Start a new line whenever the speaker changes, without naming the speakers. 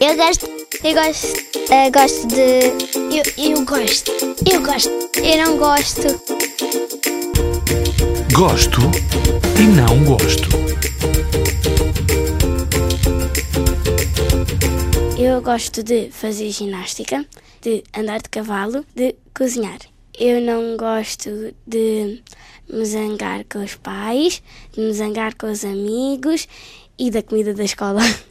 Eu gosto. Eu gosto.
eh,
Eu gosto de. Eu, eu gosto. Eu gosto. Eu não gosto.
Gosto e não gosto.
Eu gosto de fazer ginástica, de andar de cavalo, de cozinhar. Eu não gosto de me zangar com os pais, de me zangar com os amigos e da comida da escola.